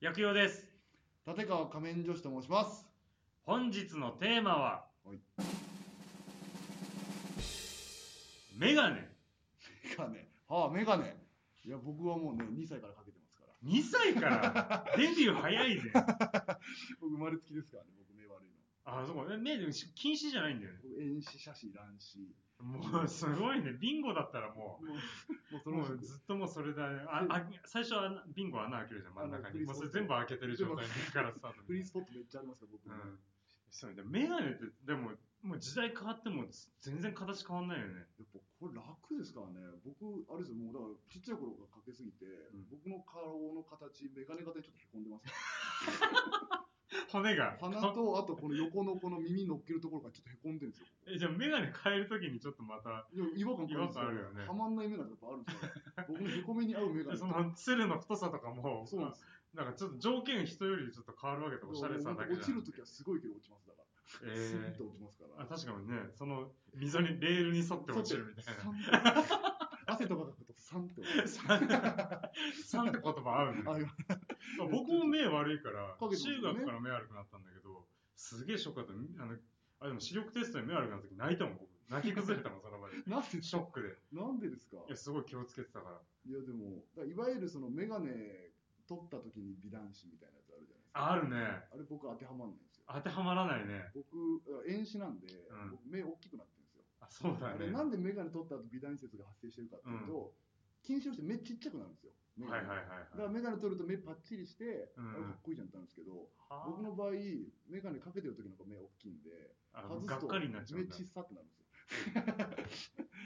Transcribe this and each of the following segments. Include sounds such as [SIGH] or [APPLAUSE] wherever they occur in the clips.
薬用です。立川仮面女子と申します。本日のテーマは、はいメガネ。メガネ。はあ、メガネ。いや、僕はもうね、2歳からかけてますから。 2歳からデビュー早いぜ。 [LAUGHS] 僕生まれつきですからね、僕目悪いの。あ、そうか。え目でもし禁止じゃないんだよね。僕、遠視、斜視、乱視。もう、すごいね。ビンゴだったらももう、う、もう [LAUGHS] そのもうずっともうそれだね。あ、あ最初はビンゴ穴開けるじゃん、真ん中あのクに。リスもうそれ全部開けてる状態からスタートフリースポットめっちゃありますから、僕。うん。そうね。メガネって、でも、もう時代変わっても全然形変わんないよね。やっぱこれ楽ですからね、僕、あれですよ、もうだからちっちゃい頃からかけすぎて、ん僕の顔の形、メガネ型にちょっとへこんでます、 [LAUGHS] 骨が。鼻と、あとこの横のこの耳乗っけるところがちょっとへこんでるんですよ。え、じゃあメガネ変えるときにちょっとまた、でも違和感感じて違和感あるよねはまんないメガネとかあるんですよ。僕の [LAUGHS] へこみに合うメガネ。そのセルの太さとかも、そうなんです。なんかちょっと条件人よりちょっと変わるわけで、おしゃれさだけじゃな落くてちるときはすごいけど落ちますだから。えスッーと落ちますかあら。確かにね、その溝にレールに沿って落ちるみたいな。な。 [LAUGHS] 汗とかかくとサンって落ちる。サンサンって言葉合うね。あいや僕も目悪いから、かけてますよね中学から目悪くなったんだけど、すげえショックだった。あの、あ、でも視力テストで目悪くなった時泣いたもん、僕。泣き崩れたもん、その場で。なんでショックで。なんでですかいや、すごい気をつけてたから。いやでも、だからいわゆるそのメガネ取った時に美男子みたいなやつあるじゃないですか。あるね。あれ僕当てはまんないんですよ。当てはまらないね。僕、遠視なんで、ん僕目大きくなってるんですよ。あ、そうだあれね。なんでメガネ取った後美男子説が発生してるかっていうと、近視をして目ちっちゃくなるんですよ。メガはいネはいはいだかはいら。メガネ取ると目パッチリして、うんあれかっこいいじゃんってなるんですけど、はあ僕の場合、メガネかけてる時の方が目大きいんで、あ外すとがっかりになっちゃう目んだ小。さくなるんですよ。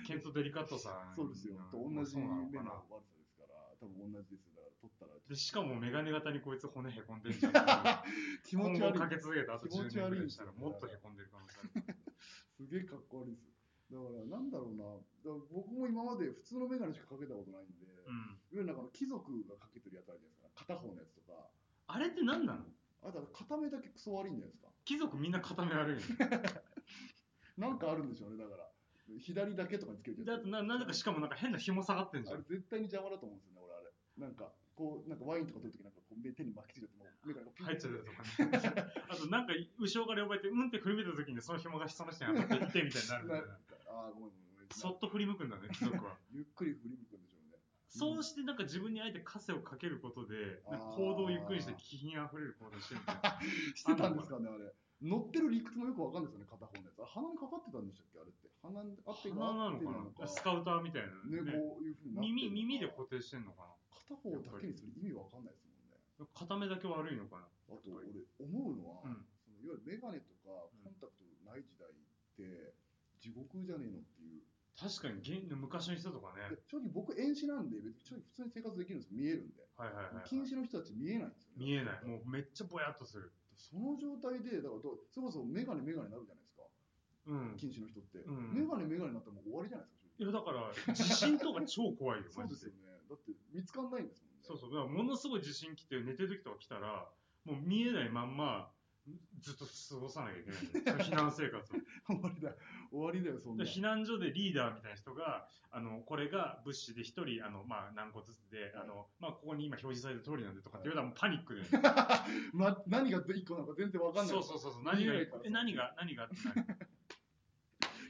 ケント・デリカットさん。 [LAUGHS] そうですよ。と同まあじそう目なののかな。悪さですから、多分同じですよ。だから取ったらちょっとで、しかもメガネ型にこいつ骨へこんでるじゃん。 [LAUGHS] 気持ち今悪後かい。け続けた後気持10ち年ぐ悪いらいんでしすたよらもっとへこんでる可能性ある。すげえかっこ悪いですよ。だから、なんだろうな。だから僕も今まで普通のメガネしかかけたことないんうで、いわん。ゆるなんかあの貴族がかけてるやつあるじゃないですか。片方のやつとか。あれって何なのあ、だから片目だけクソ悪いんじゃないですか。貴族みんな片目悪いの。なんかあるんでしょうね。だから、左だけとかにつけるじだゃないってでな、なんだかしかもなんか変な紐下がってんすじか。ゃあんれ。絶対に邪魔だと思うんですよね、俺あれ。なんか、こう、なんかワインとか取るときなんかこう目手に巻きついちゃって、もう目がピン入っちゃうとか [LAUGHS] ね。あとなんか後ろから呼ばれて、うんって振り向いた時にその紐がその人に当たっていってみたいになるみたい [LAUGHS] な。あーごめんごめんごめん。そっと振り向くんだね、貴族は。ゆっくり振り向くんでしょうね。そうしてなんか自分にあえて枷をかけることで、あーなんか行動をゆっくりして気品あふれる行動してるみたいな。してたんですかね、あれ。乗ってる理屈もよくわかんないですよね、片方のやつ。あ鼻にかかってたんでしたっけ、あれって。鼻にあって鼻なのかなスカウターみたいなのね、ね。こういうふうになってるの耳、か耳で固定してんのか片方だけにする意味わかんないですもんね。な片目だけ悪いのかなあと、俺、思うのは、うんそのいわゆるメガネとかコンタクトない時代って、地獄じゃねえのっていう。確かに現昔の人とかねで。正直僕、遠視なんで、別に正直普通に生活できるんですよ、見えるんで。はいはいはいはい。近視の人たち見えないんですよね。見えない。もうめっちゃぼやっとする。その状態で、だからどう、それこそメガネメガネになるじゃないですか。うん。近視の人って、うんメガネメガネになったらもう終わりじゃないですかいやだから、地震とか超怖いよ、正マ [LAUGHS] 直、そジうですでよ。ねだって見つかんないんですもんねそうそう。だからものすごい地震来て、寝てる時とか来たら、もう見えないまんま、ずっと過ごさなきゃいけないの。 [LAUGHS] 避難生活を。終わりだ終わりだよそんでな避難所でリーダーみたいな人が、あの、これが物資で一人、あの、まあ、何個ずつで、あの、まあ、ここに今表示された通りなんでとかって言われたらもうパニック [LAUGHS] で。ま、何が一個なのか全然わかんないそうそうそうそう。何が見えないから、え、何が、何がってなる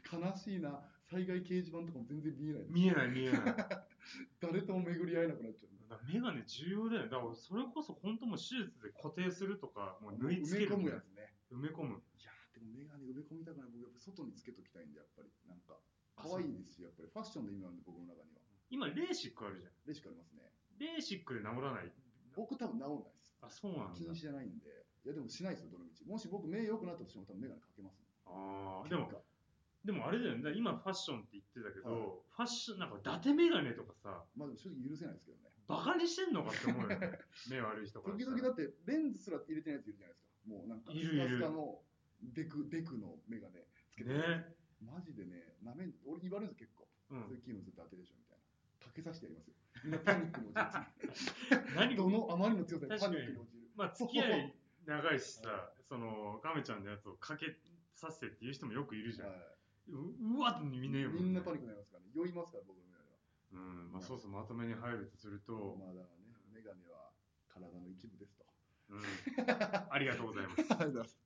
悲しいな災害掲示板とかも全然見えない見えない見え [LAUGHS] ない。だか誰とも巡り合えなくなっちゃうらメガネ重要だよ。だからそれこそ本当もう手術で固定するとか、もう縫い付ける埋みめ込むたいな。やつね埋め込む。いやーでもメガネ埋め込みたくない僕やっぱ外につけときたいんでやっぱりなんか可愛いですしやっぱりファッションの意味なんで僕の中には今、レーシックあるじゃん。レシピありますねレーシックで治らない。僕多分治んないですあ、そうなんだ禁止。じゃないんでいやでもしないですよどの道もし僕目良くなったとしても多分メガネかけますあもあ。んでも結、果でもあれだよね。だから今ファッションって言ってたけど、はいファッション、なんか伊達メガネとかさ、まあでも正直許せないですけどねバカにしてんのかって思うよ [LAUGHS] ね。目悪い人から時した々ら。だってレンズすら入れてないやついるじゃないですか。もうなんか、いるいるスカスカのデク、デクのメガネつけて。ね。マジでね、なめん、俺言われるんですよ、結構。う。そうんいう機能ずっと当てるでしょ、みたいな。かけさせてやりますよ。みんなパニックに陥何る。どのあまりの強さにパニックに陥る。まあ、付き合い長いしさ、その、ガメちゃんのやつをかけさせてっていう人もよくいるじゃん。はううわってみいんな言うもみん、んねな。パニックになりますからね。酔いますから、僕のメガネは。うん。まあ、そうそう、まとめに入るとすると、まあだからね、メガネは体の一部ですと。ありがとうございます。 [LAUGHS] ありがとうございます。